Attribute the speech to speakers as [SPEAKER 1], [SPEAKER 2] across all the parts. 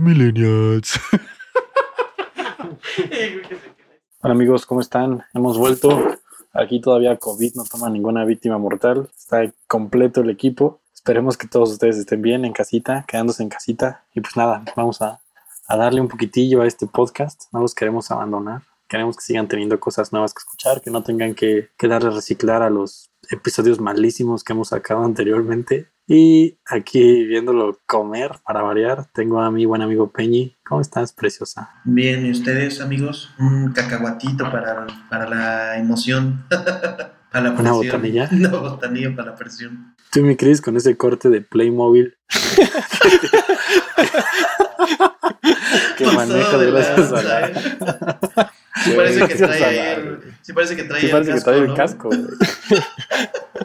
[SPEAKER 1] Millennials.
[SPEAKER 2] Hola amigos, ¿cómo están? Hemos vuelto. Aquí todavía COVID no toma ninguna víctima mortal. Está completo el equipo. Esperemos que todos ustedes estén bien en casita, quedándose en casita. Y pues nada, vamos a, a darle un poquitillo a este podcast. No los queremos abandonar. Queremos que sigan teniendo cosas nuevas que escuchar, que no tengan que, que darle a reciclar a los episodios malísimos que hemos sacado anteriormente. Y aquí viéndolo comer para variar, tengo a mi buen amigo Peñi. ¿Cómo estás, preciosa?
[SPEAKER 3] Bien, ¿y ustedes, amigos? Un cacahuatito para, para la emoción. para la
[SPEAKER 2] ¿Una
[SPEAKER 3] presión.
[SPEAKER 2] botanilla?
[SPEAKER 3] Una botanilla para la presión.
[SPEAKER 2] Tú, mi Cris, con ese corte de Playmobil. que
[SPEAKER 3] Pasado
[SPEAKER 2] maneja
[SPEAKER 3] de
[SPEAKER 2] gracias a
[SPEAKER 3] lanza,
[SPEAKER 2] la.
[SPEAKER 3] ¿eh? Sí parece que
[SPEAKER 2] Gracias a
[SPEAKER 3] trae,
[SPEAKER 2] la-
[SPEAKER 3] el- sí parece que trae
[SPEAKER 2] Sí,
[SPEAKER 3] el
[SPEAKER 2] parece que
[SPEAKER 3] casco,
[SPEAKER 2] trae el
[SPEAKER 3] ¿no?
[SPEAKER 2] casco. güey.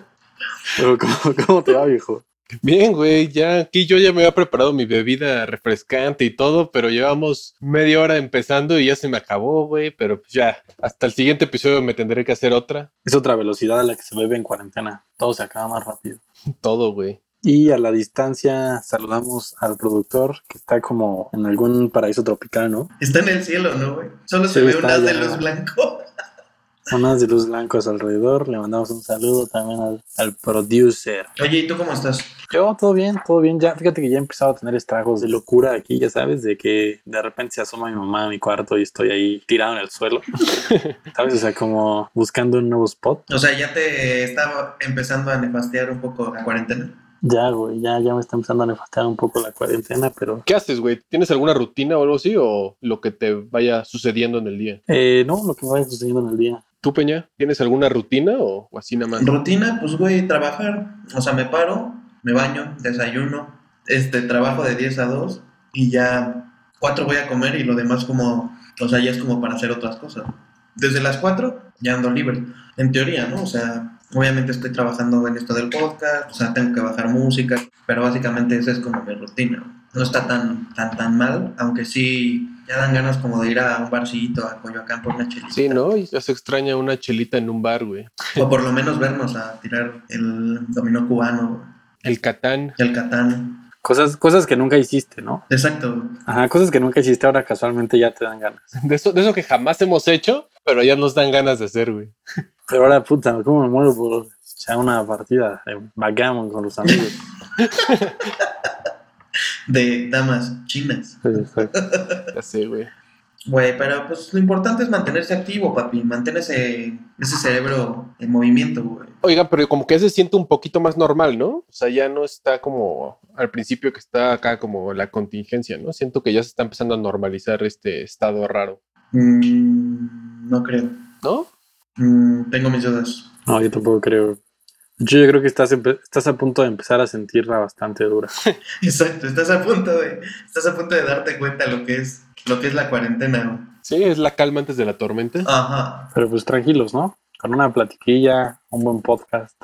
[SPEAKER 2] Pero, ¿cómo, cómo te va, viejo?
[SPEAKER 1] Bien, güey, ya aquí yo ya me había preparado mi bebida refrescante y todo, pero llevamos media hora empezando y ya se me acabó, güey, pero pues ya, hasta el siguiente episodio me tendré que hacer otra.
[SPEAKER 2] Es otra velocidad a la que se bebe en cuarentena. Todo se acaba más rápido.
[SPEAKER 1] Todo, güey.
[SPEAKER 2] Y a la distancia saludamos al productor que está como en algún paraíso tropical, ¿no?
[SPEAKER 3] Está en el cielo, ¿no, güey? Solo se
[SPEAKER 2] Sí,
[SPEAKER 3] ve un
[SPEAKER 2] está
[SPEAKER 3] haz de
[SPEAKER 2] ya.
[SPEAKER 3] luz blanco.
[SPEAKER 2] Unas de luz blancos alrededor. Le mandamos un saludo también al, al producer.
[SPEAKER 3] Oye, ¿y tú cómo estás?
[SPEAKER 2] Yo, todo bien, todo bien. Ya, fíjate que ya he empezado a tener estragos de locura aquí, ya sabes, de que de repente se asoma mi mamá a mi cuarto y estoy ahí tirado en el suelo. ¿Sabes? O sea, como buscando un nuevo spot.
[SPEAKER 3] O sea, ya te estaba empezando a nefastear un poco la cuarentena.
[SPEAKER 2] Ya, güey, ya, ya me está empezando a nefastear un poco la cuarentena, pero
[SPEAKER 1] ¿Qué haces, güey? ¿Tienes alguna rutina o algo así o lo que te vaya sucediendo en el día?
[SPEAKER 2] eh, no, lo que me vaya sucediendo en el día.
[SPEAKER 1] ¿Tú, Peña, tienes alguna rutina o, o así nada más?
[SPEAKER 3] Rutina, pues, güey, trabajar. O sea, me paro, me baño, desayuno, este, trabajo de 10 a 2 y ya 4 voy a comer y lo demás como, o sea, ya es como para hacer otras cosas. Desde las 4 ya ando libre, en teoría, ¿no? O sea, obviamente estoy trabajando en esto del podcast, o sea, tengo que bajar música, pero básicamente esa es como mi rutina. No está tan, tan, tan mal, aunque sí ya dan ganas como de ir a un barcito, a Coyoacán por una chelita.
[SPEAKER 1] Sí, ¿no? Y ya se extraña una chelita en un bar, güey.
[SPEAKER 3] O por lo menos vernos a tirar el dominó cubano
[SPEAKER 1] El Catán.
[SPEAKER 3] y el catán.
[SPEAKER 2] Cosas, cosas que nunca hiciste, ¿no?
[SPEAKER 3] Exacto.
[SPEAKER 2] Ajá, cosas que nunca hiciste ahora casualmente ya te dan ganas.
[SPEAKER 1] De eso, de eso que jamás hemos hecho, pero ya nos dan ganas de hacer, güey.
[SPEAKER 2] Pero ahora, puta, ¿cómo me muero por echar una partida de backgammon con los amigos?
[SPEAKER 3] De damas chinas.
[SPEAKER 1] Ya sé, güey.
[SPEAKER 3] Güey, pero pues lo importante es mantenerse activo, papi. Mantén ese, ese cerebro en movimiento, güey.
[SPEAKER 1] Oiga, pero como que ya se siente un poquito más normal, ¿no? O sea, ya no está como al principio que está acá como la contingencia, ¿no? Siento que ya se está empezando a normalizar este estado raro,
[SPEAKER 3] Mm, no creo.
[SPEAKER 1] ¿no?
[SPEAKER 3] Mm, tengo mis dudas.
[SPEAKER 2] No, yo tampoco creo. De hecho, yo creo que estás, empe- estás a punto de empezar a sentirla bastante dura.
[SPEAKER 3] Exacto, estás a punto de, estás a punto de darte cuenta lo que es, lo que es la cuarentena, güey.
[SPEAKER 1] Sí, es la calma antes de la tormenta.
[SPEAKER 3] Ah. Ajá.
[SPEAKER 2] Pero pues tranquilos, ¿no? Con una platiquilla, un buen podcast.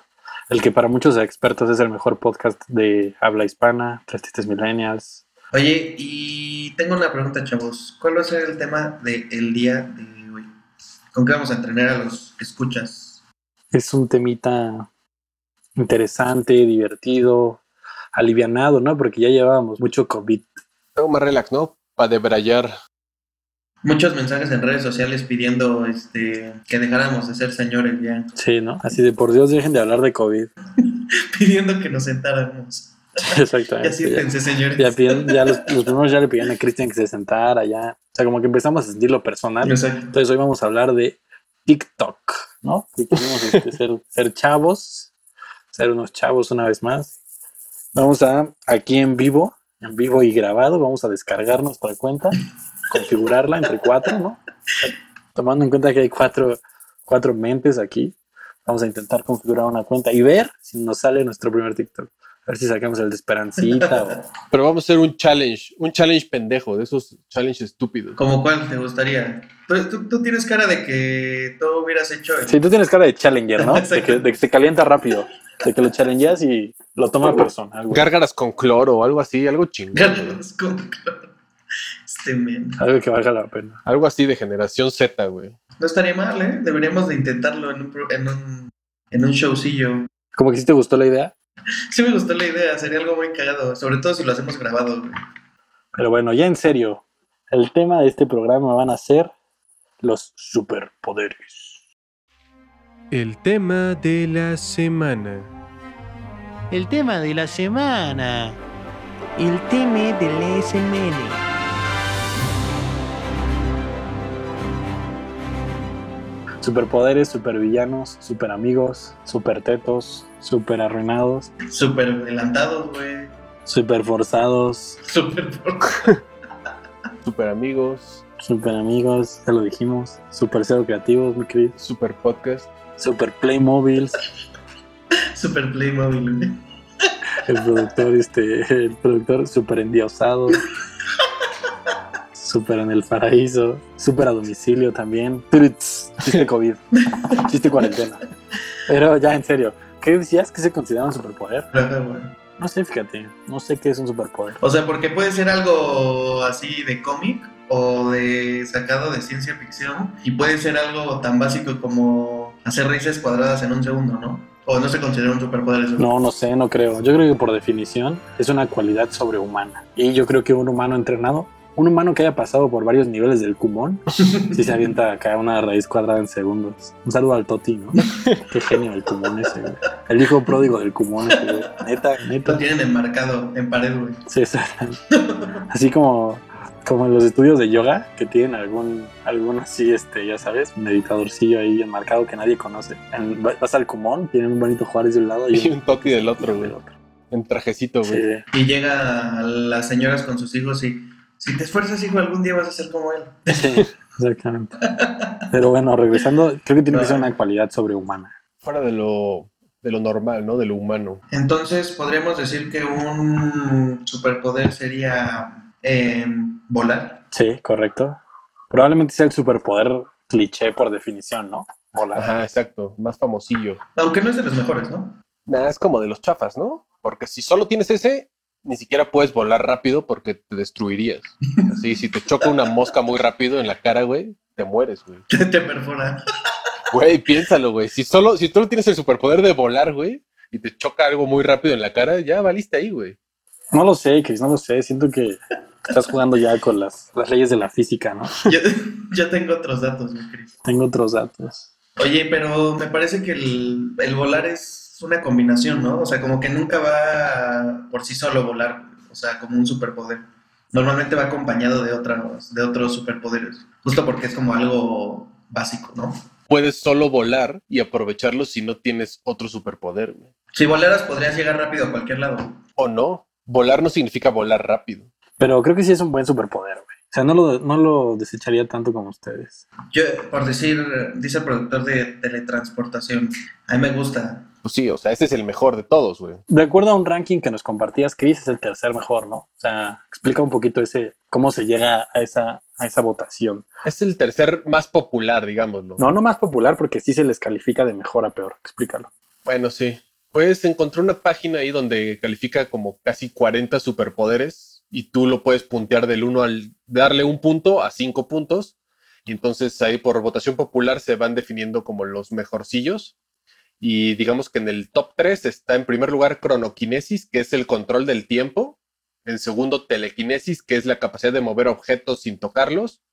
[SPEAKER 2] El que para muchos expertos es el mejor podcast de habla hispana, Tres Tristes Millennials.
[SPEAKER 3] Oye, y tengo una pregunta, chavos. ¿Cuál va a ser el tema del día de hoy? ¿Con qué vamos a entrenar a los escuchas?
[SPEAKER 2] Es un temita interesante, divertido, alivianado, ¿no? Porque ya llevábamos mucho COVID.
[SPEAKER 1] Algo más relax, ¿no? Para debrayar.
[SPEAKER 3] Muchos mensajes en redes sociales pidiendo este que dejáramos de ser señores ya,
[SPEAKER 2] Sí, ¿no? Así de por Dios, dejen de hablar de COVID.
[SPEAKER 3] pidiendo que nos sentáramos. Ya
[SPEAKER 2] Exactamente. ya.
[SPEAKER 3] siéntense, señores.
[SPEAKER 2] Ya, piden- ya los, los primeros ya le pidieron a Cristian que se sentara, ya. O sea, como que empezamos a sentirlo personal.
[SPEAKER 3] Exacto.
[SPEAKER 2] Entonces hoy vamos a hablar de TikTok, ¿no? Si queremos este, ser, ser chavos, ser unos chavos una vez más. Vamos a, aquí en vivo, en vivo y grabado, vamos a descargar nuestra cuenta, configurarla entre cuatro, ¿no? Tomando en cuenta que hay cuatro, cuatro mentes aquí, vamos a intentar configurar una cuenta y ver si nos sale nuestro primer TikTok. A ver si sacamos el de Esperancita o
[SPEAKER 1] Pero vamos a hacer un challenge, un challenge pendejo, de esos challenges estúpidos.
[SPEAKER 3] ¿Como cuál te gustaría? Tú, tú- tú tienes cara de que todo hubieras hecho.
[SPEAKER 2] Sí, tú tienes cara de challenger, ¿no? De
[SPEAKER 3] Exacto.
[SPEAKER 2] que, de que se calienta rápido. De que lo challengeas y lo toma personal, güey.
[SPEAKER 1] Gárgaras con cloro o algo así, algo chingón. güey.
[SPEAKER 3] Ganas con este men.
[SPEAKER 2] Algo que valga la pena.
[SPEAKER 1] Algo así de generación Z, güey.
[SPEAKER 3] No estaría mal, ¿eh? Deberíamos de intentarlo en un, pro- en un, en un showcillo.
[SPEAKER 2] Como que sí te gustó la idea.
[SPEAKER 3] Sí me gustó la idea, sería algo muy cagado, sobre todo si lo hacemos grabado. güey.
[SPEAKER 2] Pero bueno, ya en serio, el tema de este programa van a ser los superpoderes.
[SPEAKER 1] El tema de la semana.
[SPEAKER 4] El tema de la semana. El tema de la semana.
[SPEAKER 2] Superpoderes, supervillanos, superamigos, supertetos, superarruinados,
[SPEAKER 3] Súper adelantados, güey.
[SPEAKER 2] superforzados,
[SPEAKER 3] Súper.
[SPEAKER 1] Super amigos,
[SPEAKER 2] superamigos, ya lo dijimos, super cero creativos, mi querido,
[SPEAKER 1] super podcast.
[SPEAKER 2] super playmobiles,
[SPEAKER 3] Súper Playmobil, güey.
[SPEAKER 2] el productor, este, el productor super endiosado, super en el paraíso, super a domicilio también, Turuts, chiste COVID, chiste cuarentena. Pero ya en serio, ¿qué decías que se considera un superpoder?
[SPEAKER 3] Ajá, güey.
[SPEAKER 2] No sé, fíjate, no sé qué es un superpoder.
[SPEAKER 3] O sea, porque puede ser algo así de cómic o de sacado de ciencia ficción y puede ser algo tan básico como hacer raíces cuadradas en un segundo, ¿no? O no se considera un superpoder eso.
[SPEAKER 2] No, no sé, no creo. Yo creo que por definición es una cualidad sobrehumana. Y yo creo que un humano entrenado, un humano que haya pasado por varios niveles del cumón, sí se avienta acá una raíz cuadrada en segundos. Un saludo al Toti, ¿no? Qué genio el cumón ese, güey. El hijo pródigo del cumón ese, güey. Neta,
[SPEAKER 3] Lo
[SPEAKER 2] neta.
[SPEAKER 3] tienen enmarcado en pared, güey.
[SPEAKER 2] Sí, es verdad. Así como, como en los estudios de yoga, que tienen algún, algún así, este, ya sabes, meditadorcillo ahí enmarcado que nadie conoce. En- vas al cumón, tienen un bonito Juárez de un lado y
[SPEAKER 1] Y
[SPEAKER 2] un
[SPEAKER 1] un toque del otro, güey. En trajecito,
[SPEAKER 2] Sí.
[SPEAKER 1] güey.
[SPEAKER 3] Y llega a las señoras con sus hijos y si te esfuerzas, hijo, algún día vas a ser como él.
[SPEAKER 2] Sí, exactamente. Pero bueno, regresando, creo que tiene que ser una cualidad sobrehumana.
[SPEAKER 1] Fuera de lo, de lo normal, ¿no? De lo humano.
[SPEAKER 3] Entonces, podríamos decir que un superpoder sería eh, volar.
[SPEAKER 2] Sí, correcto. Probablemente sea el superpoder cliché por definición, ¿no? Volar.
[SPEAKER 1] Ajá, exacto. Más famosillo.
[SPEAKER 3] Aunque no es de los mejores, ¿no?
[SPEAKER 1] Nada, es como de los chafas, ¿no? Porque si solo tienes ese, ni siquiera puedes volar rápido porque te destruirías. Así, si te choca una mosca muy rápido en la cara, güey, te mueres, güey.
[SPEAKER 3] Te, te perfora.
[SPEAKER 1] Güey, piénsalo, güey. Si solo, si solo tienes el superpoder de volar, güey, y te choca algo muy rápido en la cara, ya valiste ahí, güey.
[SPEAKER 2] No lo sé, Chris, no lo sé. Siento que estás jugando ya con las, las leyes de la física, ¿no?
[SPEAKER 3] Yo, yo tengo otros datos, mi Cris.
[SPEAKER 2] Tengo otros datos.
[SPEAKER 3] Oye, pero me parece que el, el volar es una combinación, ¿no? O sea, como que nunca va por sí solo volar, o sea, como un superpoder. Normalmente va acompañado de otras, de otros superpoderes, justo porque es como algo básico, ¿no?
[SPEAKER 1] Puedes solo volar y aprovecharlo si no tienes otro superpoder, güey.
[SPEAKER 3] Si volaras podrías llegar rápido a cualquier lado.
[SPEAKER 1] O no. Volar no significa volar rápido.
[SPEAKER 2] Pero creo que sí es un buen superpoder, güey. O sea, no lo, no lo desecharía tanto como ustedes.
[SPEAKER 3] Yo, por decir, dice el productor de teletransportación, a mí me gusta.
[SPEAKER 1] Pues sí, o sea, ese es el mejor de todos, güey.
[SPEAKER 2] De acuerdo a un ranking que nos compartías, Chris es el tercer mejor, ¿no? O sea, explica un poquito ese, cómo se llega a esa, a esa votación.
[SPEAKER 1] Es el tercer más popular, digámoslo.
[SPEAKER 2] No, no más popular porque sí se les califica de mejor a peor. Explícalo.
[SPEAKER 1] Bueno, sí. Pues encontré una página ahí donde califica como casi 40 superpoderes y tú lo puedes puntear del 1 al darle un punto a 5 puntos. Y entonces ahí por votación popular se van definiendo como los mejorcillos. Y digamos que en el top 3 está en primer lugar cronoquinesis, que es el control del tiempo. En segundo, telequinesis, que es la capacidad de mover objetos sin tocarlos.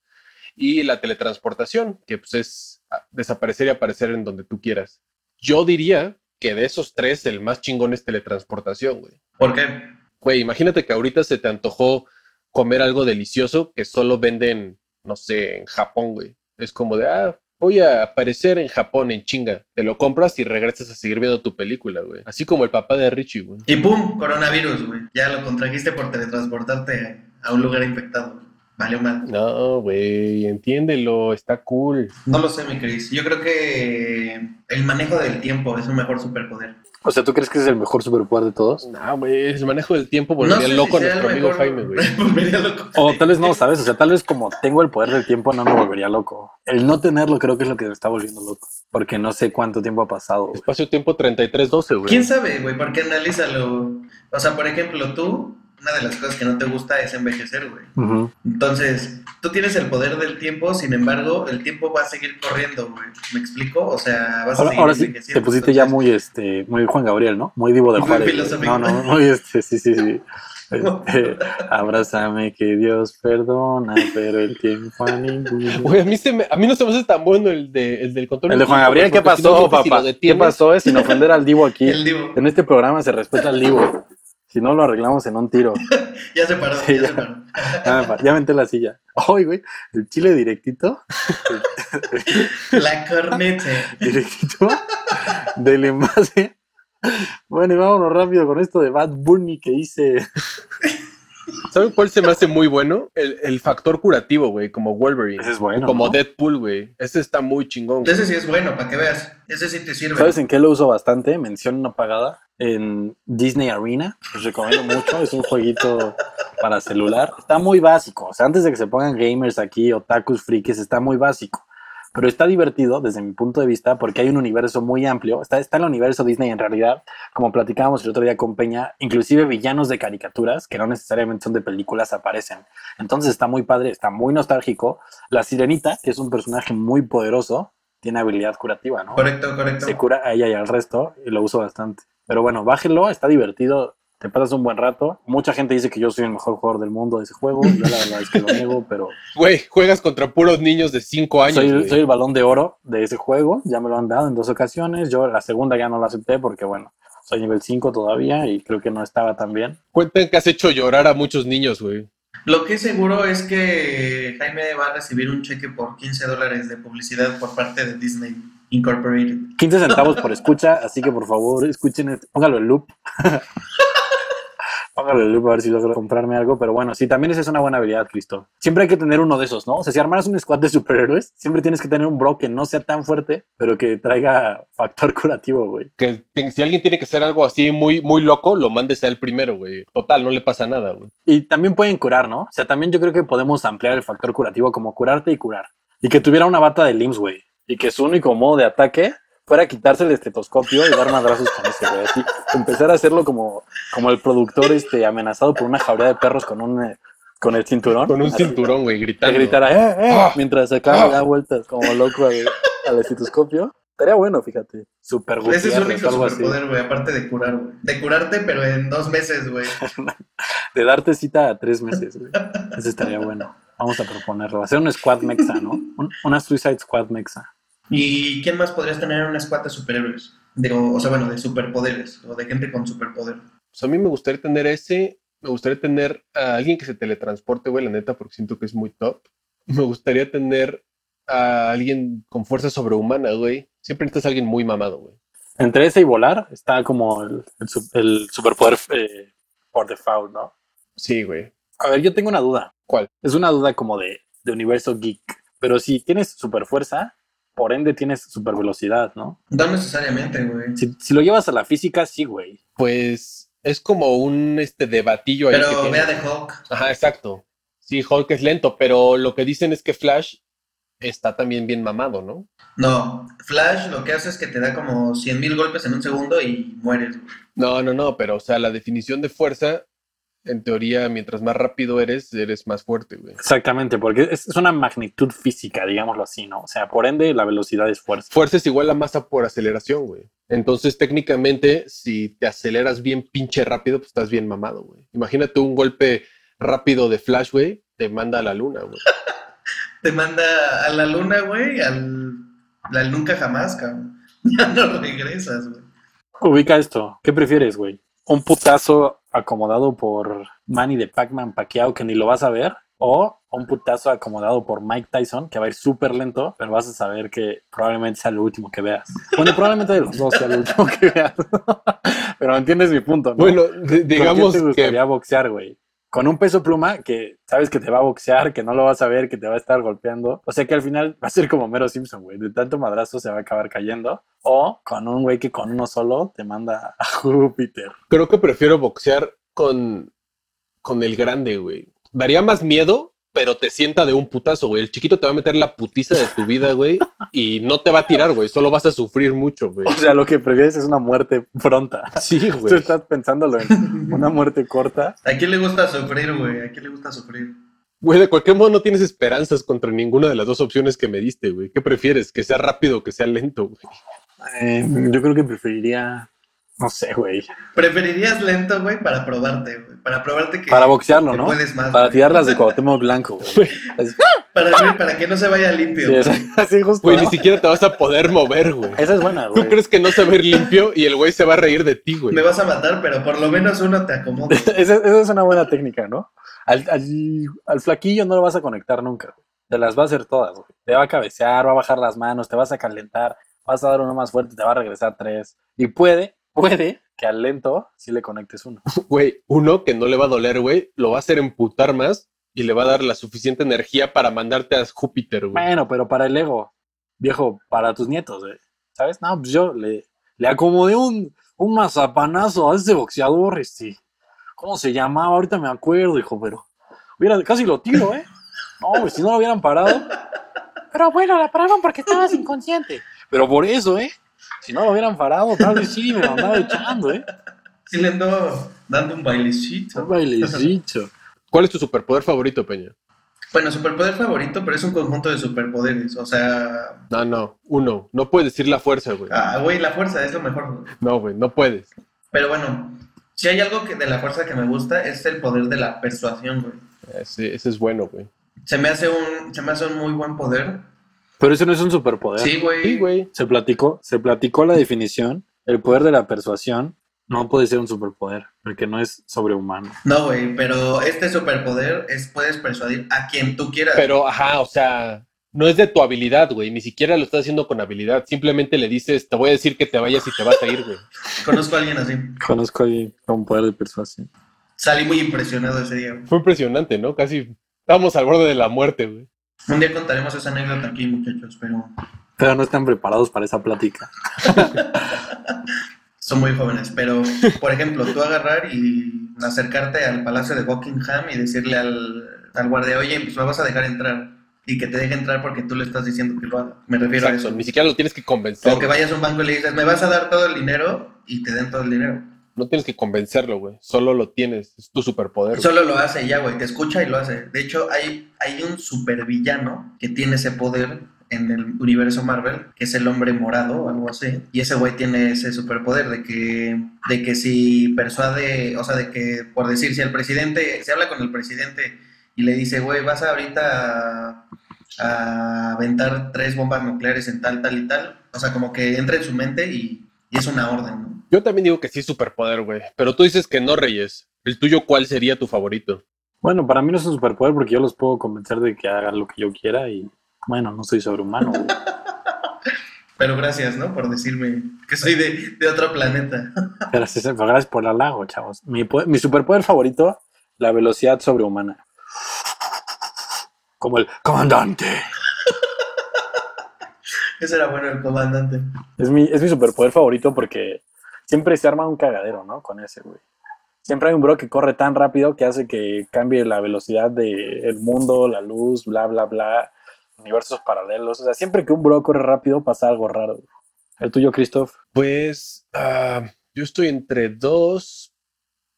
[SPEAKER 1] Y la teletransportación, que pues es ah, desaparecer y aparecer en donde tú quieras. Yo diría que de esos tres, el más chingón es teletransportación, güey.
[SPEAKER 3] ¿Por qué?
[SPEAKER 1] Güey, imagínate que ahorita se te antojó comer algo delicioso que solo venden, no sé, en Japón, güey. Es como de, ah, voy a aparecer en Japón en chinga. Te lo compras y regresas a seguir viendo tu película, güey. Así como el papá de Richie, güey.
[SPEAKER 3] Y pum, coronavirus, güey. Ya lo contrajiste por teletransportarte a un lugar infectado. Valió mal.
[SPEAKER 1] No, güey, entiéndelo, está cool.
[SPEAKER 3] No lo sé, mi Cris. Yo creo que el manejo del tiempo es un mejor superpoder.
[SPEAKER 2] O sea, ¿tú crees que es el mejor superpoder de todos?
[SPEAKER 1] No, güey, el manejo del tiempo volvería
[SPEAKER 3] No sé
[SPEAKER 1] loco
[SPEAKER 3] si
[SPEAKER 1] a
[SPEAKER 3] sea el
[SPEAKER 1] nuestro amigo
[SPEAKER 3] mejor-
[SPEAKER 1] Jaime, güey.
[SPEAKER 3] volvería loco.
[SPEAKER 2] O tal vez no, ¿sabes? O sea, tal vez como tengo el poder del tiempo, no me volvería loco. El no tenerlo creo que es lo que me está volviendo loco. Porque no sé cuánto tiempo ha pasado. güey.
[SPEAKER 1] Espacio-tiempo 3312, güey.
[SPEAKER 3] ¿Quién sabe, güey? Porque analízalo. O sea, por ejemplo, tú, una de las cosas que no te gusta es envejecer, güey.
[SPEAKER 2] Ujú.
[SPEAKER 3] Entonces, tú tienes el poder del tiempo, sin embargo, el tiempo va a seguir corriendo, güey. ¿Me explico? O sea, vas a
[SPEAKER 2] Ahora,
[SPEAKER 3] seguir
[SPEAKER 2] ahora sí,
[SPEAKER 3] envejeciendo.
[SPEAKER 2] te pusiste ya
[SPEAKER 3] Entonces,
[SPEAKER 2] muy, este, muy Juan Gabriel, ¿no? Muy divo de
[SPEAKER 3] Muy
[SPEAKER 2] Juárez. güey.
[SPEAKER 3] filosófico.
[SPEAKER 2] No, no, muy, este, sí, sí, sí. Este, abrázame que Dios perdona, pero el tiempo a ninguno.
[SPEAKER 1] Güey, a mí, se me- a mí no se me hace tan bueno el, de, el del control.
[SPEAKER 2] El de Juan
[SPEAKER 1] remoto,
[SPEAKER 2] Gabriel,
[SPEAKER 1] güey,
[SPEAKER 2] ¿qué
[SPEAKER 1] porque si no,
[SPEAKER 2] pasó,
[SPEAKER 1] creo que si
[SPEAKER 2] papá?
[SPEAKER 1] lo
[SPEAKER 2] ¿Qué
[SPEAKER 1] detienes-
[SPEAKER 2] pasó? eh? Sin ofender al Divo aquí.
[SPEAKER 3] El Divo.
[SPEAKER 2] En este programa se respeta al Divo. Si no, lo arreglamos en un tiro.
[SPEAKER 3] Ya se paró,
[SPEAKER 2] Sí,
[SPEAKER 3] ya,
[SPEAKER 2] ya.
[SPEAKER 3] se paró.
[SPEAKER 2] Ah, pa- ya aventé la silla. Ay, güey, el chile directito,
[SPEAKER 3] La corneta.
[SPEAKER 2] directito del envase. Bueno, y vámonos rápido con esto de Bad Bunny que hice.
[SPEAKER 1] ¿Saben cuál se me hace muy bueno? El, el factor curativo, güey, como Wolverine.
[SPEAKER 2] Ese es bueno,
[SPEAKER 1] Como
[SPEAKER 2] ¿no?
[SPEAKER 1] Deadpool, güey. Ese está muy chingón. güey.
[SPEAKER 3] Ese sí es bueno, para que veas. Ese sí te sirve.
[SPEAKER 2] ¿Sabes en qué lo uso bastante? Mención no pagada. En Disney Arena, les recomiendo mucho. Es un jueguito para celular. Está muy básico. O sea, antes de que se pongan gamers aquí, otakus, frikis, está muy básico. Pero está divertido desde mi punto de vista porque hay un universo muy amplio. Está, está el universo Disney en realidad, como platicábamos el otro día con Peña, inclusive villanos de caricaturas que no necesariamente son de películas aparecen. Entonces está muy padre, está muy nostálgico. La sirenita, que es un personaje muy poderoso, tiene habilidad curativa, ¿no?
[SPEAKER 3] Correcto, correcto.
[SPEAKER 2] se cura a ella y al resto y lo uso bastante. Pero bueno, bájenlo, está divertido, te pasas un buen rato. Mucha gente dice que yo soy el mejor jugador del mundo de ese juego, yo la verdad es que lo niego, pero
[SPEAKER 1] Güey, juegas contra puros niños de 5 años.
[SPEAKER 2] soy,
[SPEAKER 1] güey.
[SPEAKER 2] soy el balón de oro de ese juego, ya me lo han dado en dos ocasiones, yo la segunda ya no la acepté porque bueno, soy nivel 5 todavía y creo que no estaba tan bien.
[SPEAKER 1] Cuentan que has hecho llorar a muchos niños, güey.
[SPEAKER 3] Lo que es seguro es que Jaime va a recibir un cheque por 15 dólares de publicidad por parte de Disney Incorporated.
[SPEAKER 2] 15 centavos por escucha, así que por favor escuchen, este- póngalo en loop. póngalo en loop a ver si logro comprarme algo, pero bueno, sí, también esa es una buena habilidad, Cristo. Siempre hay que tener uno de esos, ¿no? O sea, si armaras un squad de superhéroes, siempre tienes que tener un bro que no sea tan fuerte, pero que traiga factor curativo, güey.
[SPEAKER 1] Que te- si alguien tiene que hacer algo así muy, muy loco, lo mandes a él primero, güey. Total, no le pasa nada, güey.
[SPEAKER 2] Y también pueden curar, ¿no? O sea, también yo creo que podemos ampliar el factor curativo como curarte y curar. Y que tuviera una bata de limbs, güey. Y que su único modo de ataque fuera quitarse el estetoscopio y dar madrazos con ese, güey. Así, empezar a hacerlo como, como el productor este, amenazado por una jauría de perros con un eh, con el cinturón.
[SPEAKER 1] Con un
[SPEAKER 2] Así,
[SPEAKER 1] cinturón, güey,
[SPEAKER 2] Que
[SPEAKER 1] gritando.
[SPEAKER 2] gritara, ¡eh, eh",
[SPEAKER 1] Ah,
[SPEAKER 2] Mientras acaba
[SPEAKER 1] ah.
[SPEAKER 2] de dar vueltas como loco al, al estetoscopio. Estaría bueno, fíjate. Super
[SPEAKER 3] Ese es su
[SPEAKER 2] Gutiérrez,
[SPEAKER 3] único
[SPEAKER 2] algo así.
[SPEAKER 3] superpoder, güey, aparte de curar, güey. De curarte, pero en dos meses, güey.
[SPEAKER 2] De darte cita a tres meses, güey. Eso estaría bueno. Vamos a proponerlo. Hacer un squad mexa, ¿no? Un- una Suicide Squad mexa.
[SPEAKER 3] ¿Y quién más podrías tener en una squad de superhéroes? De, o, o sea, bueno, de superpoderes, o de gente con superpoder.
[SPEAKER 1] Pues a mí me gustaría tener ese. Me gustaría tener a alguien que se teletransporte, güey, la neta, porque siento que es muy top. Me gustaría tener a alguien con fuerza sobrehumana, güey. Siempre necesitas a alguien muy mamado, güey.
[SPEAKER 2] Entre ese y volar está como el, el su- el superpoder eh, por default, ¿no?
[SPEAKER 1] Sí, güey.
[SPEAKER 2] A ver, yo tengo una duda.
[SPEAKER 1] ¿Cuál?
[SPEAKER 2] Es una duda como de, de universo geek. Pero si tienes super fuerza, por ende tienes super velocidad, ¿no?
[SPEAKER 3] No necesariamente, güey.
[SPEAKER 2] Si, si lo llevas a la física, sí, güey.
[SPEAKER 1] Pues es como un este debatillo ahí. que
[SPEAKER 3] Pero
[SPEAKER 1] tiene.
[SPEAKER 3] vea de Hulk.
[SPEAKER 1] Ajá, exacto. Sí, Hulk es lento, pero lo que dicen es que Flash está también bien mamado, ¿no?
[SPEAKER 3] No, Flash lo que hace es que te da como 100.000 golpes en un segundo y mueres, güey.
[SPEAKER 1] No, no, no, pero o sea, la definición de fuerza, en teoría, mientras más rápido eres, eres más fuerte, güey.
[SPEAKER 2] Exactamente, porque es, es una magnitud física, digámoslo así, ¿no? O sea, por ende, la velocidad es fuerza.
[SPEAKER 1] Fuerza es igual a masa por aceleración, güey. Entonces, técnicamente, si te aceleras bien pinche rápido, pues estás bien mamado, güey. Imagínate un golpe rápido de Flash, güey, te manda a la luna, güey.
[SPEAKER 3] Te manda a la luna, güey, al, al nunca jamás, cabrón. Ya no regresas, güey.
[SPEAKER 2] Ubica esto. ¿Qué prefieres, güey? ¿Un putazo acomodado por Manny de Pac-Man Pacquiao que ni lo vas a ver? ¿O un putazo acomodado por Mike Tyson que va a ir súper lento, pero vas a saber que probablemente sea lo último que veas? Bueno, probablemente de los dos sea lo último que veas. pero entiendes mi punto, ¿no?
[SPEAKER 1] Bueno, d-
[SPEAKER 2] ¿Con quién
[SPEAKER 1] digamos
[SPEAKER 2] te
[SPEAKER 1] que
[SPEAKER 2] gustaría boxear, güey? Con un peso pluma que sabes que te va a boxear, que no lo vas a ver, que te va a estar golpeando. O sea que al final va a ser como Mero Simpson, güey. De tanto madrazo se va a acabar cayendo. O con un güey que con uno solo te manda a Júpiter.
[SPEAKER 1] creo que prefiero boxear con, con el grande, güey. Daría más miedo, pero te sienta de un putazo, güey. El chiquito te va a meter la putiza de tu vida, güey, y no te va a tirar, güey. Solo vas a sufrir mucho, güey.
[SPEAKER 2] O sea, lo que prefieres es una muerte pronta.
[SPEAKER 1] Sí,
[SPEAKER 2] Tú
[SPEAKER 1] güey.
[SPEAKER 2] estás pensándolo en una muerte corta.
[SPEAKER 3] ¿A quién le gusta sufrir, güey? ¿A quién le gusta sufrir?
[SPEAKER 1] Güey, de cualquier modo no tienes esperanzas contra ninguna de las dos opciones que me diste,
[SPEAKER 2] Em,
[SPEAKER 1] güey. ¿Qué prefieres? ¿Que sea rápido o que sea lento, güey?
[SPEAKER 2] Eh, yo creo que preferiría No sé, güey.
[SPEAKER 3] Preferirías lento, güey, para probarte, güey. Para probarte que.
[SPEAKER 2] Para boxearlo,
[SPEAKER 3] que
[SPEAKER 2] ¿no?
[SPEAKER 3] puedes más,
[SPEAKER 2] Para
[SPEAKER 3] güey.
[SPEAKER 2] tirarlas de Cuauhtémoc Blanco, güey. Así-
[SPEAKER 3] Para, güey, para que no se vaya limpio.
[SPEAKER 2] sí,
[SPEAKER 3] güey.
[SPEAKER 2] así- así justo.
[SPEAKER 1] Güey,
[SPEAKER 2] ¿no?
[SPEAKER 1] ni siquiera te vas a poder mover, güey.
[SPEAKER 2] Esa es buena,
[SPEAKER 1] Tú
[SPEAKER 2] güey.
[SPEAKER 1] crees que no se va a ir limpio y el güey se va a reír de ti, güey.
[SPEAKER 3] Me vas a matar, pero por lo menos uno te acomoda.
[SPEAKER 2] Esa, esa es una buena técnica, ¿no? Al, al- al flaquillo no lo vas a conectar nunca. güey. Te las va a hacer todas, güey. Te va a cabecear, va a bajar las manos, te vas a calentar, vas a dar uno más fuerte, te va a regresar tres. Y puede, puede que al lento sí le conectes uno.
[SPEAKER 1] Güey, uno que no le va a doler, güey, lo va a hacer emputar más y le va a dar la suficiente energía para mandarte a Júpiter, güey.
[SPEAKER 2] Bueno, pero para el ego, viejo, para tus nietos, güey. ¿Sabes? No, pues yo le, le acomodé un, un mazapanazo a ese boxeador, este. ¿Cómo se llamaba? Ahorita me acuerdo, hijo, pero. Mira, casi lo tiro, ¿eh? No, pues si no lo hubieran parado.
[SPEAKER 4] Pero bueno, la pararon porque estabas inconsciente.
[SPEAKER 2] Pero por eso, ¿eh? Si no lo hubieran parado, tal vez sí, me lo andaba echando, ¿eh?
[SPEAKER 3] Sí le ando dando un
[SPEAKER 2] Un
[SPEAKER 3] bailecito.
[SPEAKER 2] bailecito.
[SPEAKER 1] ¿Cuál es tu superpoder favorito, Peña?
[SPEAKER 3] Bueno, superpoder favorito, pero es un conjunto de superpoderes. O sea,
[SPEAKER 1] No, no, uno. No puedes decir la fuerza, güey.
[SPEAKER 3] ah, güey, la fuerza es lo mejor. güey.
[SPEAKER 1] No, güey, no puedes.
[SPEAKER 3] Pero bueno, si hay algo que de la fuerza que me gusta es el poder de la persuasión, güey.
[SPEAKER 1] Ese, ese es bueno, güey.
[SPEAKER 3] Se me hace un, se me hace un muy buen poder.
[SPEAKER 2] Pero ese no es un superpoder.
[SPEAKER 3] Sí, güey.
[SPEAKER 1] Sí, güey.
[SPEAKER 2] Se platicó, se platicó la definición. El poder de la persuasión no puede ser un superpoder, porque no es sobrehumano.
[SPEAKER 3] No, güey, pero este superpoder es puedes persuadir a quien tú quieras.
[SPEAKER 1] Pero, ajá, o sea, no es de tu habilidad, güey. Ni siquiera lo estás haciendo con habilidad. Simplemente le dices, te voy a decir que te vayas y te vas a ir, güey.
[SPEAKER 3] Conozco a alguien así.
[SPEAKER 2] Conozco a alguien con poder de persuasión.
[SPEAKER 3] Salí muy impresionado ese día. güey.
[SPEAKER 1] Fue impresionante, ¿no? Casi estábamos al borde de la muerte, güey.
[SPEAKER 3] Un día contaremos esa anécdota aquí, muchachos, pero
[SPEAKER 2] Pero no están preparados para esa plática.
[SPEAKER 3] son muy jóvenes. Pero, por ejemplo, tú agarrar y acercarte al palacio de Buckingham y decirle al, al guardia, oye, pues me vas a dejar entrar. Y que te deje entrar porque tú le estás diciendo que lo haga. Me refiero
[SPEAKER 1] Exacto,
[SPEAKER 3] a eso.
[SPEAKER 1] ni siquiera lo tienes que convencer.
[SPEAKER 3] O que vayas a un banco y le dices, me vas a dar todo el dinero y te den todo el dinero.
[SPEAKER 1] No tienes que convencerlo, güey. Solo lo tienes. Es tu superpoder. güey.
[SPEAKER 3] Solo lo hace y ya, güey, te escucha y lo hace. De hecho, hay, hay un supervillano que tiene ese poder en el universo Marvel, que es el hombre morado o algo así. Y ese güey tiene ese superpoder de que, de que si persuade, o sea, de que, por decir, si el presidente, se habla con el presidente y le dice, güey, vas ahorita a, a aventar tres bombas nucleares en tal, tal y tal. O sea, como que entra en su mente y, y es una orden, ¿no?
[SPEAKER 1] Yo también digo que sí es superpoder, güey. Pero tú dices que no, Reyes. ¿El tuyo cuál sería tu favorito?
[SPEAKER 2] Bueno, para mí no es un superpoder porque yo los puedo convencer de que hagan lo que yo quiera y, bueno, no soy sobrehumano. güey.
[SPEAKER 3] Pero gracias, ¿no? Por decirme que soy de, de otro planeta.
[SPEAKER 2] Pero sí, sí, pero gracias por el halago, chavos. Mi, po- mi superpoder favorito, la velocidad sobrehumana. Como el comandante.
[SPEAKER 3] Ese era bueno el comandante.
[SPEAKER 2] Es mi, es mi superpoder favorito porque siempre se arma un cagadero, ¿no? Con ese, güey. Siempre hay un bro que corre tan rápido que hace que cambie la velocidad del mundo, la luz, bla, bla, bla, universos paralelos. O sea, siempre que un bro corre rápido pasa algo raro. güey. El tuyo, Christoph.
[SPEAKER 1] Pues ah, yo estoy entre dos,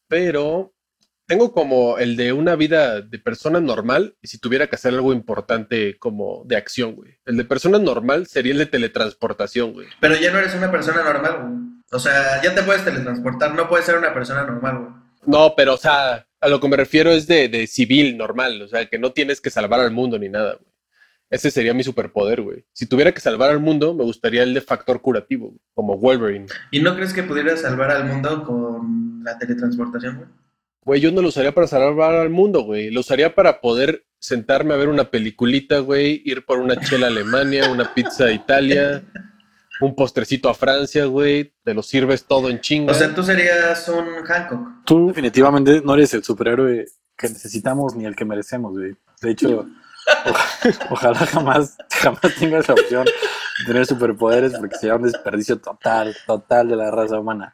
[SPEAKER 1] pero tengo como el de una vida de persona normal y si tuviera que hacer algo importante como de acción, güey. El de persona normal sería el de teletransportación, güey.
[SPEAKER 3] Pero ya no eres una persona normal, güey. O sea, ya te puedes teletransportar, no puedes ser una persona normal, güey.
[SPEAKER 1] No, pero o sea, a lo que me refiero es de, de civil normal, o sea, que no tienes que salvar al mundo ni nada, güey. Ese sería mi superpoder, güey. Si tuviera que salvar al mundo, me gustaría el de factor curativo, güey, como Wolverine.
[SPEAKER 3] ¿Y no crees que pudieras salvar al mundo con la teletransportación, güey?
[SPEAKER 1] Güey, yo no lo usaría para salvar al mundo, güey. Lo usaría para poder sentarme a ver una peliculita, güey, ir por una chela a Alemania, una pizza a Italia, un postrecito a Francia, güey. Te lo sirves todo en chinga.
[SPEAKER 3] O sea, tú serías un Hancock.
[SPEAKER 2] Tú definitivamente no eres el superhéroe que necesitamos ni el que merecemos, güey. De hecho, o- ojalá jamás, jamás tengas la opción de tener superpoderes porque sería un desperdicio total, total de la raza humana.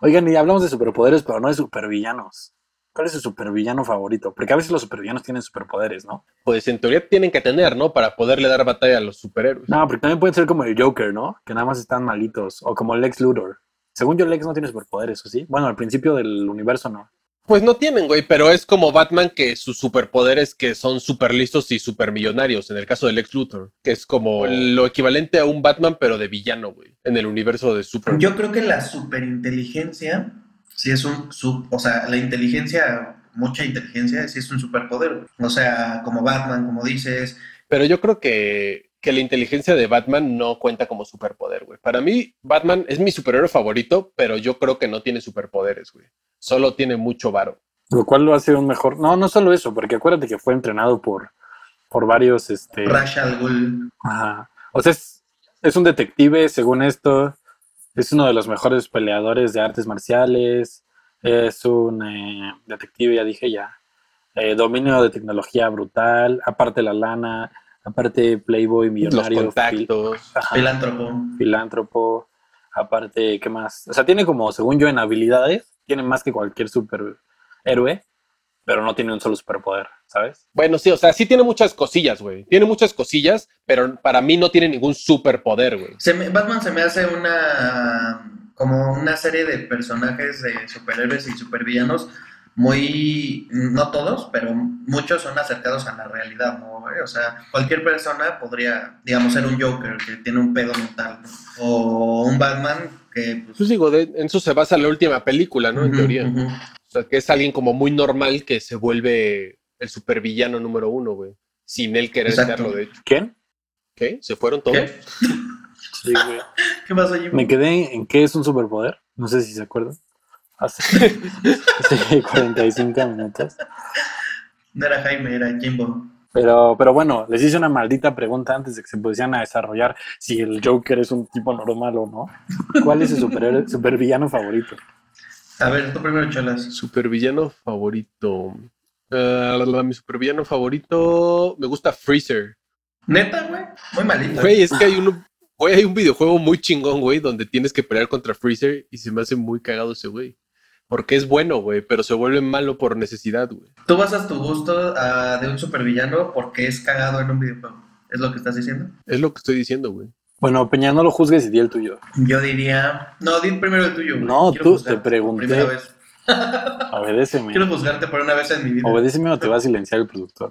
[SPEAKER 2] Oigan, y hablamos de superpoderes, pero no de supervillanos. ¿Cuál es su supervillano favorito? Porque a veces los supervillanos tienen superpoderes, ¿no?
[SPEAKER 1] pues en teoría tienen que tener, ¿no? Para poderle dar batalla a los superhéroes.
[SPEAKER 2] No, porque también pueden ser como el Joker, ¿no? Que nada más están malitos. O como Lex Luthor. Según yo, Lex no tiene superpoderes, ¿o sí? Bueno, al principio del universo no.
[SPEAKER 1] Pues no tienen, güey, pero es como Batman que sus superpoderes que son super listos y super millonarios, en el caso del ex Luthor, que es
[SPEAKER 3] Oh.
[SPEAKER 1] como lo equivalente a un Batman, pero de villano, güey, en el universo de Superman.
[SPEAKER 3] Yo creo que la superinteligencia, si es un sub, o sea, la inteligencia, mucha inteligencia, si es un superpoder. güey. O sea, como Batman, como dices,
[SPEAKER 1] Pero yo creo que, que la inteligencia de Batman no cuenta como superpoder, güey. Para mí, Batman es mi superhéroe favorito, pero yo creo que no tiene superpoderes, güey. Solo tiene mucho varo.
[SPEAKER 2] Lo cual lo hace un mejor. No, no solo eso, porque acuérdate que fue entrenado por, por varios. Este,
[SPEAKER 3] Ra's al Ghul.
[SPEAKER 2] ajá. O sea, es, es un detective, según esto. Es uno de los mejores peleadores de artes marciales. Es un eh, detective, ya dije ya. Eh, dominio de tecnología brutal. Aparte la lana. Aparte Playboy
[SPEAKER 1] Los
[SPEAKER 2] millonario. fil-
[SPEAKER 1] contactos.
[SPEAKER 2] ajá,
[SPEAKER 3] filántropo.
[SPEAKER 2] filántropo. Aparte, ¿qué más? O sea, tiene como, según yo, en habilidades, tiene más que cualquier superhéroe, pero no tiene un solo superpoder, ¿sabes?
[SPEAKER 1] Bueno, sí, o sea, sí tiene muchas cosillas, güey. Tiene muchas cosillas, pero para mí no tiene ningún superpoder, güey.
[SPEAKER 3] Se me- Batman se me hace una como una serie de personajes de superhéroes y supervillanos muy no todos, pero muchos son acercados a la realidad, ¿no? güey? O sea, cualquier persona podría, digamos, ser un Joker que tiene un pedo mental ¿no? o un Batman que pues,
[SPEAKER 1] Pues digo, de- en eso se basa la última película, ¿no? En
[SPEAKER 3] ujú,
[SPEAKER 1] teoría.
[SPEAKER 3] ujú.
[SPEAKER 1] O sea, que es alguien como muy normal que se vuelve el supervillano número uno, güey. Sin él querer
[SPEAKER 3] Exacto.
[SPEAKER 1] serlo, de hecho.
[SPEAKER 2] ¿Quién?
[SPEAKER 1] ¿Qué? ¿Se fueron todos?
[SPEAKER 3] ¿Qué?
[SPEAKER 2] Sí, güey.
[SPEAKER 3] ¿Qué pasó, Jimmy?
[SPEAKER 2] Me quedé en qué es un superpoder, no sé si se acuerdan. Hace, hace 45 minutos.
[SPEAKER 3] No era Jaime, era Jimbo.
[SPEAKER 2] Pero, pero bueno, les hice una maldita pregunta antes de que se pusieran a desarrollar si el Joker es un tipo normal o no. ¿Cuál es su superhéroe- supervillano favorito?
[SPEAKER 3] A ver, tú primero cholas.
[SPEAKER 1] Supervillano favorito. Ah, la, la, mi supervillano favorito. Me gusta Freezer.
[SPEAKER 3] Neta, güey, muy malito.
[SPEAKER 1] Güey, es que hay uno. Güey, hay un videojuego muy chingón, güey, donde tienes que pelear contra Freezer y se me hace muy cagado ese güey. Porque es bueno, güey, pero se vuelve malo por necesidad, güey.
[SPEAKER 3] Tú basas tu gusto ah, de un supervillano porque es cagado en un videojuego. ¿Es lo que estás diciendo?
[SPEAKER 1] Es lo que estoy diciendo, güey.
[SPEAKER 2] Bueno, Peña, no lo juzgues y di el tuyo.
[SPEAKER 3] Yo diría. No, di primero el tuyo. güey.
[SPEAKER 2] No,
[SPEAKER 3] Quiero
[SPEAKER 2] tú,
[SPEAKER 3] juzgarte
[SPEAKER 2] te pregunté.
[SPEAKER 3] Primera vez.
[SPEAKER 2] Obedéceme.
[SPEAKER 3] Quiero juzgarte por una vez en mi vida.
[SPEAKER 2] Obedéceme o te va a silenciar el productor.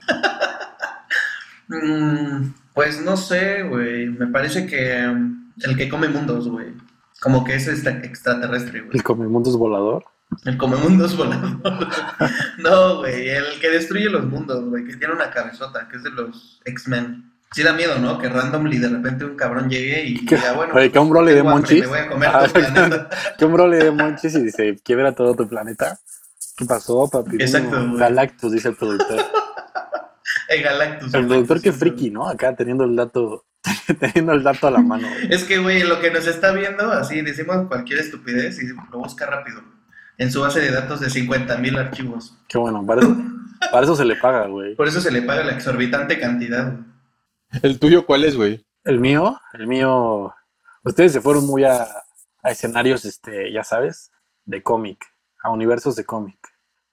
[SPEAKER 3] Mm, pues no sé, güey. Me parece que mm, el que come mundos, güey. Como que es extra- extraterrestre, güey.
[SPEAKER 2] El comemundos volador.
[SPEAKER 3] El come mundos volando. no, güey. El que destruye los mundos, güey. Que tiene una cabezota, que es de los X-Men. Sí da miedo, ¿no? Que randomly de repente un cabrón llegue y
[SPEAKER 2] Que-
[SPEAKER 3] diga, bueno,
[SPEAKER 2] Oye, que un bro le dé
[SPEAKER 3] tengo hambre,
[SPEAKER 2] monchis.
[SPEAKER 3] me voy a comer
[SPEAKER 2] Ah,
[SPEAKER 3] todo el planeta.
[SPEAKER 2] Que un bro le dé monchis y se quiebra todo tu planeta. ¿Qué pasó, papi?
[SPEAKER 3] Exacto,
[SPEAKER 2] Mm,
[SPEAKER 3] güey.
[SPEAKER 2] Galactus, dice el productor.
[SPEAKER 3] El Galactus.
[SPEAKER 2] El
[SPEAKER 3] güey,
[SPEAKER 2] productor que
[SPEAKER 3] sí,
[SPEAKER 2] friki, ¿no? Acá teniendo el dato, teniendo el dato a la mano. güey.
[SPEAKER 3] Es que, güey, lo que nos está viendo, así decimos cualquier estupidez y lo busca rápido. En su base de datos de 50.000 mil archivos.
[SPEAKER 2] Qué bueno, para eso, para eso se le paga, güey.
[SPEAKER 3] Por eso se le paga la exorbitante cantidad. güey.
[SPEAKER 1] ¿El tuyo cuál es, güey?
[SPEAKER 2] El mío, el mío. Ustedes se fueron muy a, a escenarios, este, ya sabes, de cómic, a universos de cómic.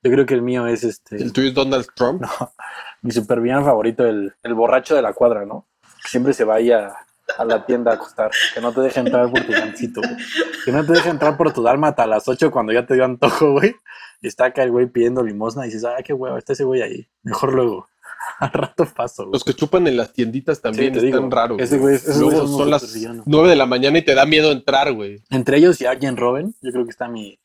[SPEAKER 2] Yo creo que el mío es este.
[SPEAKER 1] ¿El tuyo es Donald Trump?
[SPEAKER 2] mi supervillano favorito, el, el borracho de la cuadra, ¿no? Que siempre se vaya a la tienda a acostar, que no te deje entrar por tu gancito, güey. Que no te deje entrar por tu dharma hasta las 8 cuando ya te dio antojo, güey. Y está acá el güey pidiendo limosna y dices, ah, qué huevo, está ese güey ahí. Mejor luego. Al rato paso, güey.
[SPEAKER 1] Los que chupan en las tienditas también
[SPEAKER 2] te
[SPEAKER 1] están
[SPEAKER 2] digo,
[SPEAKER 1] raros.
[SPEAKER 2] ese güey- esos
[SPEAKER 1] Luego
[SPEAKER 2] güeyes son
[SPEAKER 1] son
[SPEAKER 2] los
[SPEAKER 1] las
[SPEAKER 2] supervillanos.
[SPEAKER 1] 9 de la mañana y te da miedo entrar, güey.
[SPEAKER 2] Entre ellos y alguien Robin, yo creo que está mi...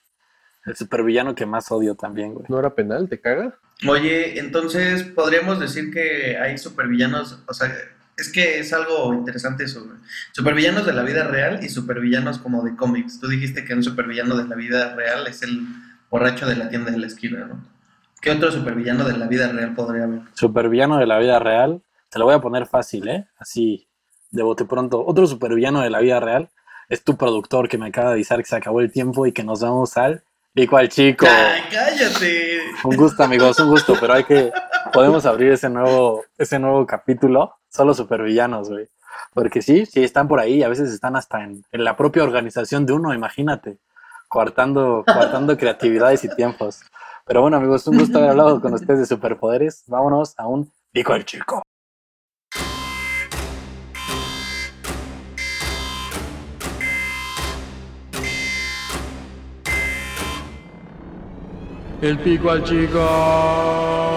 [SPEAKER 2] El supervillano que más odio también, güey.
[SPEAKER 1] ¿No era penal? ¿Te caga?
[SPEAKER 3] Oye, entonces podríamos decir que hay supervillanos, o sea, es que es algo interesante eso, güey. Supervillanos de la vida real y supervillanos como de cómics. Tú dijiste que un supervillano de la vida real es el borracho de la tienda de la esquina, ¿no? ¿Qué otro supervillano de la vida real podría haber?
[SPEAKER 2] Supervillano de la vida real. Te lo voy a poner fácil, ¿eh? Así, de bote pronto. Otro supervillano de la vida real es tu productor que me acaba de avisar que se acabó el tiempo y que nos vamos al pico al chico.
[SPEAKER 3] ¡Ay, cállate!
[SPEAKER 2] Un gusto, amigos, un gusto, pero hay que. Podemos abrir ese nuevo, ese nuevo capítulo. Solo supervillanos, güey. Porque sí, sí están por ahí, a veces están hasta en, en la propia organización de uno, imagínate. Coartando, coartando creatividades y tiempos. Pero bueno, amigos, un gusto haber hablado con ustedes de superpoderes. Vámonos a un pico al chico.
[SPEAKER 4] El pico al chico.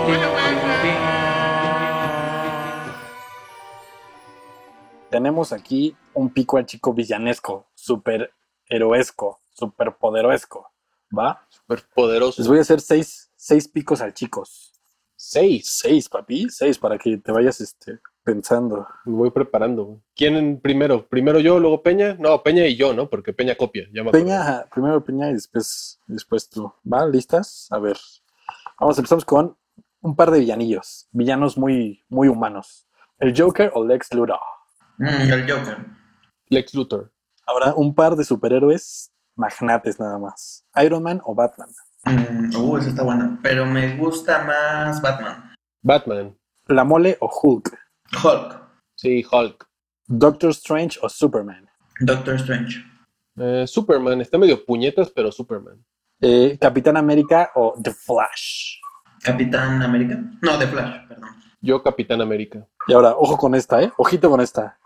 [SPEAKER 2] Tenemos aquí un pico al chico villanesco, super heroesco, super poderoesco. ¿Va?
[SPEAKER 1] Súper poderoso.
[SPEAKER 2] Les voy a hacer seis, seis picos al chicos.
[SPEAKER 1] Seis.
[SPEAKER 2] Seis, papi, seis, para que te vayas este, pensando.
[SPEAKER 1] Me voy preparando. ¿Quién primero? ¿Primero yo, luego Peña? No, Peña y yo, ¿no? Porque Peña copia. Ya me acordé.
[SPEAKER 2] Peña, primero Peña y después, después tú. ¿Va? ¿Listas? A ver. Vamos, empezamos con un par de villanillos. Villanos muy, muy humanos. El Joker o Lex Luthor.
[SPEAKER 3] Mm, el Joker.
[SPEAKER 1] Lex Luthor.
[SPEAKER 2] Ahora, un par de superhéroes magnates nada más. Iron Man o Batman.
[SPEAKER 3] Mm, uh, esa está buena. Pero me gusta más Batman.
[SPEAKER 1] Batman.
[SPEAKER 2] La Mole o Hulk.
[SPEAKER 3] Hulk.
[SPEAKER 1] Sí, Hulk.
[SPEAKER 2] Doctor Strange o Superman.
[SPEAKER 3] Doctor Strange.
[SPEAKER 1] Eh, Superman. Está medio puñetas, pero Superman.
[SPEAKER 2] Eh, Capitán América o The Flash.
[SPEAKER 3] Capitán América. No, de Flash, perdón.
[SPEAKER 1] Yo, Capitán América.
[SPEAKER 2] Y ahora, ojo con esta, ¿eh? Ojito con esta.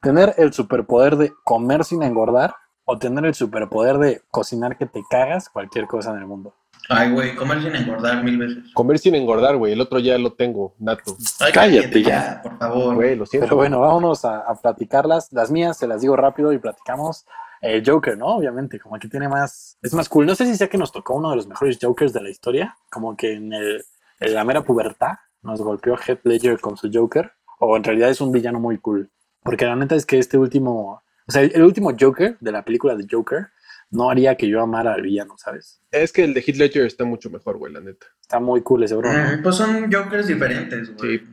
[SPEAKER 2] Tener el superpoder de comer sin engordar o tener el superpoder de cocinar que te cagas cualquier cosa en el mundo.
[SPEAKER 3] Ay, güey, comer sin engordar mil veces.
[SPEAKER 1] Comer sin engordar, güey. El otro ya lo tengo, nato.
[SPEAKER 3] Ay,
[SPEAKER 2] Cállate ya.
[SPEAKER 3] Por favor.
[SPEAKER 1] Güey, lo siento.
[SPEAKER 2] Pero bueno, vámonos a, a platicarlas. Las mías se las digo rápido y platicamos. El Joker, ¿no? Obviamente, como que tiene más. Es más cool. No sé si sea que nos tocó uno de los mejores Jokers de la historia. Como que en, el- en la mera pubertad nos golpeó Heath Ledger con su Joker. O en realidad es un villano muy cool. Porque la neta es que este último. O sea, el, el último Joker de la película de Joker no haría que yo amara al villano, ¿sabes?
[SPEAKER 1] Es que el de Heath Ledger está mucho mejor, güey, la neta.
[SPEAKER 2] Está muy cool ese bro.
[SPEAKER 3] Mm, pues son Jokers diferentes, güey.
[SPEAKER 1] Sí.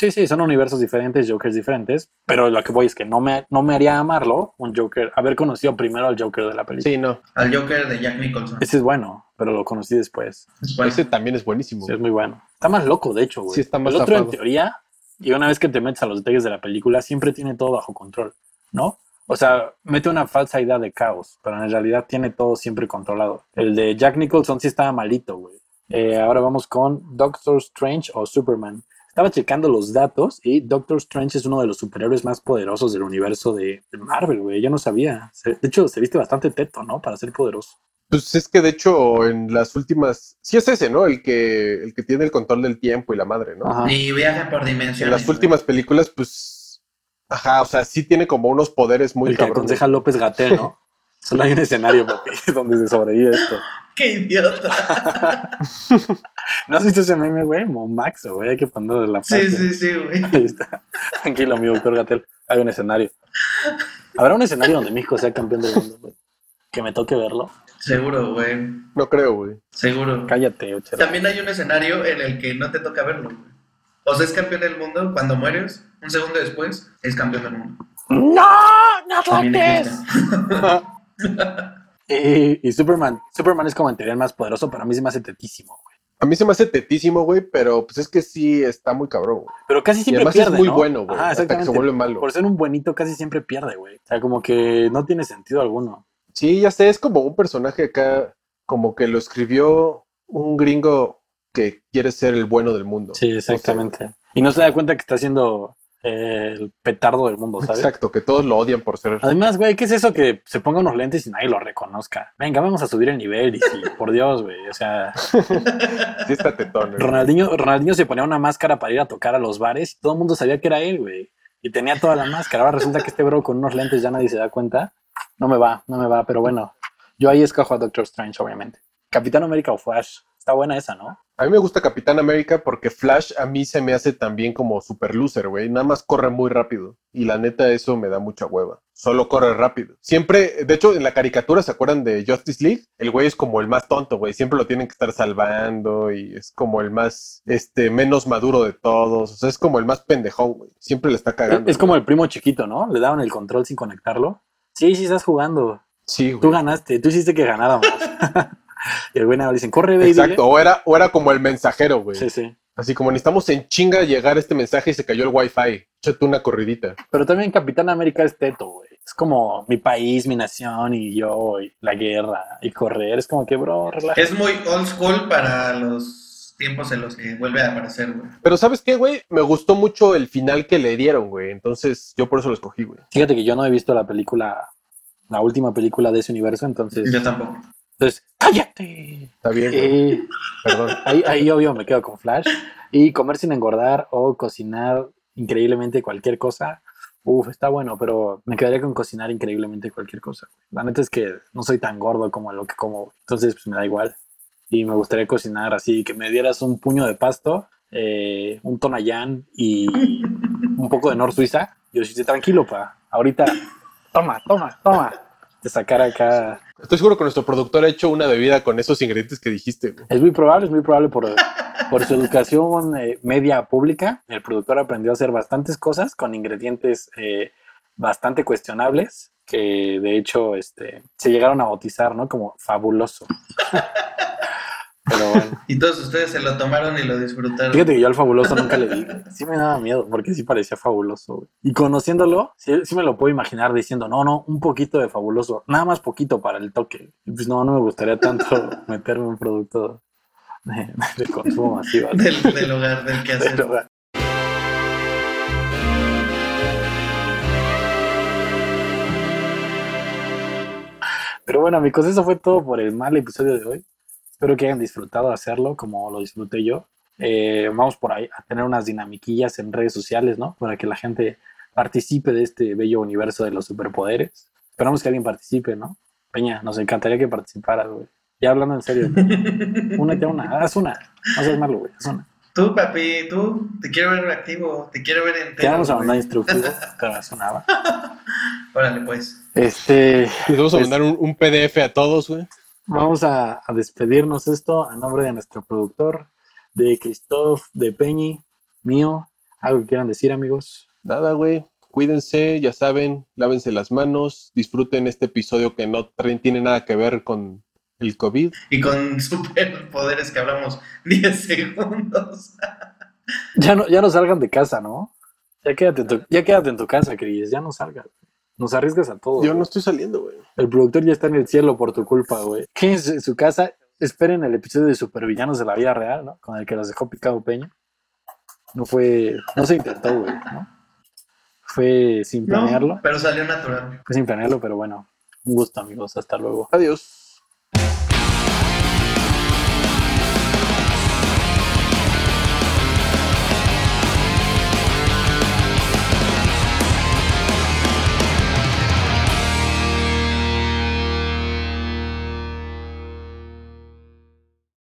[SPEAKER 2] Sí, sí, son universos diferentes, Jokers diferentes, pero lo que voy es que no me, no me haría amarlo un Joker, haber conocido primero al Joker de la película.
[SPEAKER 1] Sí, no.
[SPEAKER 3] Al Joker de Jack Nicholson. Pues,
[SPEAKER 2] Ese es bueno, pero lo conocí después.
[SPEAKER 3] Bueno,
[SPEAKER 1] Ese también es buenísimo.
[SPEAKER 2] Sí, es muy bueno. Está más loco, de hecho, güey.
[SPEAKER 1] Sí, está más
[SPEAKER 2] El otro, en
[SPEAKER 1] zafado.
[SPEAKER 2] teoría, y una vez que te metes a los detalles de la película, siempre tiene todo bajo control, ¿no? O sea, mete una falsa idea de caos, pero en realidad tiene todo siempre controlado. El de Jack Nicholson sí estaba malito, güey. Eh, ahora vamos con Doctor Strange o Superman. Estaba checando los datos y Doctor Strange es uno de los superhéroes más poderosos del universo de de Marvel, güey. Yo no sabía. Se- De hecho, se viste bastante teto, ¿no? Para ser poderoso.
[SPEAKER 1] Pues es que de hecho en las últimas. Sí, es ese, ¿no? El que, el que tiene el control del tiempo y la madre, ¿no?
[SPEAKER 2] Ajá.
[SPEAKER 3] Y viaja por dimensiones.
[SPEAKER 1] En las
[SPEAKER 3] güey.
[SPEAKER 1] últimas películas, pues. Ajá, o sea, sí tiene como unos poderes muy
[SPEAKER 2] el que
[SPEAKER 1] cabrones.
[SPEAKER 2] aconseja López Gatel, ¿no? Solo hay un escenario, papi, donde se sobrevive esto.
[SPEAKER 3] ¡Qué idiota!
[SPEAKER 2] ¿No has visto ese meme, güey? Momaxo, güey, hay que ponerle la
[SPEAKER 3] Sí,
[SPEAKER 2] frase.
[SPEAKER 3] sí, sí, güey.
[SPEAKER 2] Ahí está. Tranquilo, amigo doctor Gatel. Hay un escenario. ¿Habrá un escenario donde México sea campeón del mundo, güey? Que me toque verlo.
[SPEAKER 3] Seguro, güey.
[SPEAKER 1] No creo, güey.
[SPEAKER 3] Seguro.
[SPEAKER 2] Cállate, ochera.
[SPEAKER 3] También hay un escenario en el que no te toca verlo, güey. O sea, es campeón del mundo cuando mueres, un segundo después, es campeón del mundo.
[SPEAKER 2] ¡No! ¡No
[SPEAKER 3] También
[SPEAKER 2] toques!
[SPEAKER 3] existe.
[SPEAKER 2] Y, y Superman. Superman es como en teoría el más poderoso, pero a mí se me hace tetísimo, güey.
[SPEAKER 1] A mí se me hace tetísimo, güey, pero pues es que sí está muy cabrón, güey.
[SPEAKER 2] Pero casi
[SPEAKER 1] Y
[SPEAKER 2] siempre
[SPEAKER 1] además
[SPEAKER 2] pierde,
[SPEAKER 1] es muy
[SPEAKER 2] ¿no?
[SPEAKER 1] bueno, güey.
[SPEAKER 2] Ajá,
[SPEAKER 1] hasta que se
[SPEAKER 2] exactamente.
[SPEAKER 1] vuelve malo.
[SPEAKER 2] Por ser un buenito casi siempre pierde, güey. O sea, como que no tiene sentido alguno.
[SPEAKER 1] Sí, ya sé, es como un personaje acá, como que lo escribió un gringo que quiere ser el bueno del mundo.
[SPEAKER 2] Sí, exactamente. y no se da cuenta que está siendo eh, el petardo del mundo, ¿sabes?
[SPEAKER 1] Exacto, que todos lo odian por ser.
[SPEAKER 2] Además, güey, ¿qué es eso que se ponga unos lentes y nadie lo reconozca? Venga, vamos a subir el nivel y sí, por Dios, güey. O sea,
[SPEAKER 1] Sí, está tetón. güey.
[SPEAKER 2] Ronaldinho, Ronaldinho se ponía una máscara para ir a tocar a los bares y todo el mundo sabía que era él, güey. Y tenía toda la máscara. Ahora resulta que este bro con unos lentes ya nadie se da cuenta. No me va, no me va, pero bueno. Yo ahí escojo a Doctor Strange, obviamente. Capitán América o Flash. Está buena esa, ¿no?
[SPEAKER 1] A mí me gusta Capitán América porque Flash a mí se me hace también como super loser, güey. Nada más corre muy rápido. Y la neta, eso me da mucha hueva. Solo corre rápido. Siempre, de hecho, en la caricatura, ¿se acuerdan de Justice League? El güey es como el más tonto, güey. Siempre lo tienen que estar salvando y es como el más, este, menos maduro de todos. O sea, es como el más pendejón, güey. Siempre le está cagando.
[SPEAKER 2] Es como el primo chiquito, ¿no? Le daban el control sin conectarlo. Sí, sí, estás jugando.
[SPEAKER 1] Sí,
[SPEAKER 2] Tú
[SPEAKER 1] güey.
[SPEAKER 2] ganaste, tú hiciste que ganáramos. y el güey nada más le dicen, corre, baby.
[SPEAKER 1] Exacto. O era, o era como el mensajero, güey.
[SPEAKER 2] Sí, sí.
[SPEAKER 1] Así como necesitamos en chinga llegar este mensaje y se cayó el wifi. Échate una corridita.
[SPEAKER 2] Pero también Capitán América es teto, güey. Es como mi país, mi nación y yo, y la guerra y correr. Es como que, bro, relájate.
[SPEAKER 3] Es muy old school para los tiempos en los que vuelve a aparecer, güey.
[SPEAKER 1] Pero ¿sabes qué, güey? Me gustó mucho el final que le dieron, güey. Entonces yo por eso lo escogí, güey.
[SPEAKER 2] Fíjate que yo no he visto la película, la última película de ese universo, entonces
[SPEAKER 3] Yo tampoco.
[SPEAKER 2] Entonces, ¡cállate! Eh,
[SPEAKER 1] Está bien, güey.
[SPEAKER 2] Y
[SPEAKER 1] perdón.
[SPEAKER 2] ahí, ahí obvio me quedo con Flash. Y comer sin engordar o cocinar increíblemente cualquier cosa. Uf, está bueno, pero me quedaría con cocinar increíblemente cualquier cosa. La neta es que no soy tan gordo como lo que como, entonces pues me da igual. Y me gustaría cocinar así, que me dieras un puño de pasto, eh, un tonallán y un poco de Nor Suiza. Yo sí, tranquilo, pa. Ahorita, toma, toma, toma. Te sacar acá
[SPEAKER 1] Estoy seguro que nuestro productor ha hecho una bebida con esos ingredientes que dijiste, güey.
[SPEAKER 2] Es muy probable, es muy probable por, por su educación eh, media pública. El productor aprendió a hacer bastantes cosas con ingredientes eh, bastante cuestionables que de hecho este, se llegaron a bautizar, ¿no? Como fabuloso. Pero bueno,
[SPEAKER 3] Y todos ustedes se lo tomaron y lo disfrutaron.
[SPEAKER 2] fíjate que yo al fabuloso nunca le di. Sí me daba miedo porque sí parecía fabuloso. güey. Y conociéndolo, sí, sí me lo puedo imaginar diciendo, no, no, un poquito de fabuloso, nada más poquito para el toque. Y pues no, no me gustaría tanto meterme en un producto de, de consumo masivo. así.
[SPEAKER 3] Del, del hogar, del quehacer.
[SPEAKER 2] Pero, Pero bueno, amigos, eso fue todo por el mal episodio de hoy. Espero que hayan disfrutado hacerlo como lo disfruté yo. Eh, vamos por ahí a tener unas dinamiquillas en redes sociales, ¿no? Para que la gente participe de este bello universo de los superpoderes. Esperamos que alguien participe, ¿no? Peña, nos encantaría que participaras, güey. Ya hablando en serio, únete a una, haz una. No seas malo, güey, haz una.
[SPEAKER 3] Tú, papi, tú, te quiero ver activo, te quiero ver entero.
[SPEAKER 2] Ya vamos a mandar
[SPEAKER 3] güey.
[SPEAKER 2] instructivos, pero sonaba.
[SPEAKER 3] Órale, pues.
[SPEAKER 2] Este,
[SPEAKER 1] Les vamos a
[SPEAKER 2] Pues-
[SPEAKER 1] mandar un, un PDF a todos, güey.
[SPEAKER 2] vamos a, a despedirnos esto a nombre de nuestro productor, de Christoph, de Peñi, mío. ¿Algo que quieran decir, amigos?
[SPEAKER 1] Nada, güey. Cuídense, ya saben, lávense las manos, disfruten este episodio que no tra- tiene nada que ver con el COVID.
[SPEAKER 3] Y con superpoderes que hablamos 10 segundos.
[SPEAKER 2] Ya no, ya no salgan de casa, ¿no? Ya quédate en tu, ya quédate en tu casa, Cris, ya no salgas. Nos arriesgas a todo.
[SPEAKER 1] Yo no
[SPEAKER 2] güey.
[SPEAKER 1] estoy saliendo, güey.
[SPEAKER 2] El productor ya está en el cielo por tu culpa, güey. Quédense en su casa, esperen el episodio de Supervillanos de la Vida Real, ¿no? Con el que los dejó picado Peña. No fue, no se intentó, güey, ¿no? Fue sin planearlo.
[SPEAKER 3] No, pero salió natural.
[SPEAKER 2] Fue sin planearlo, pero bueno. Un gusto, amigos. Hasta luego.
[SPEAKER 1] Adiós.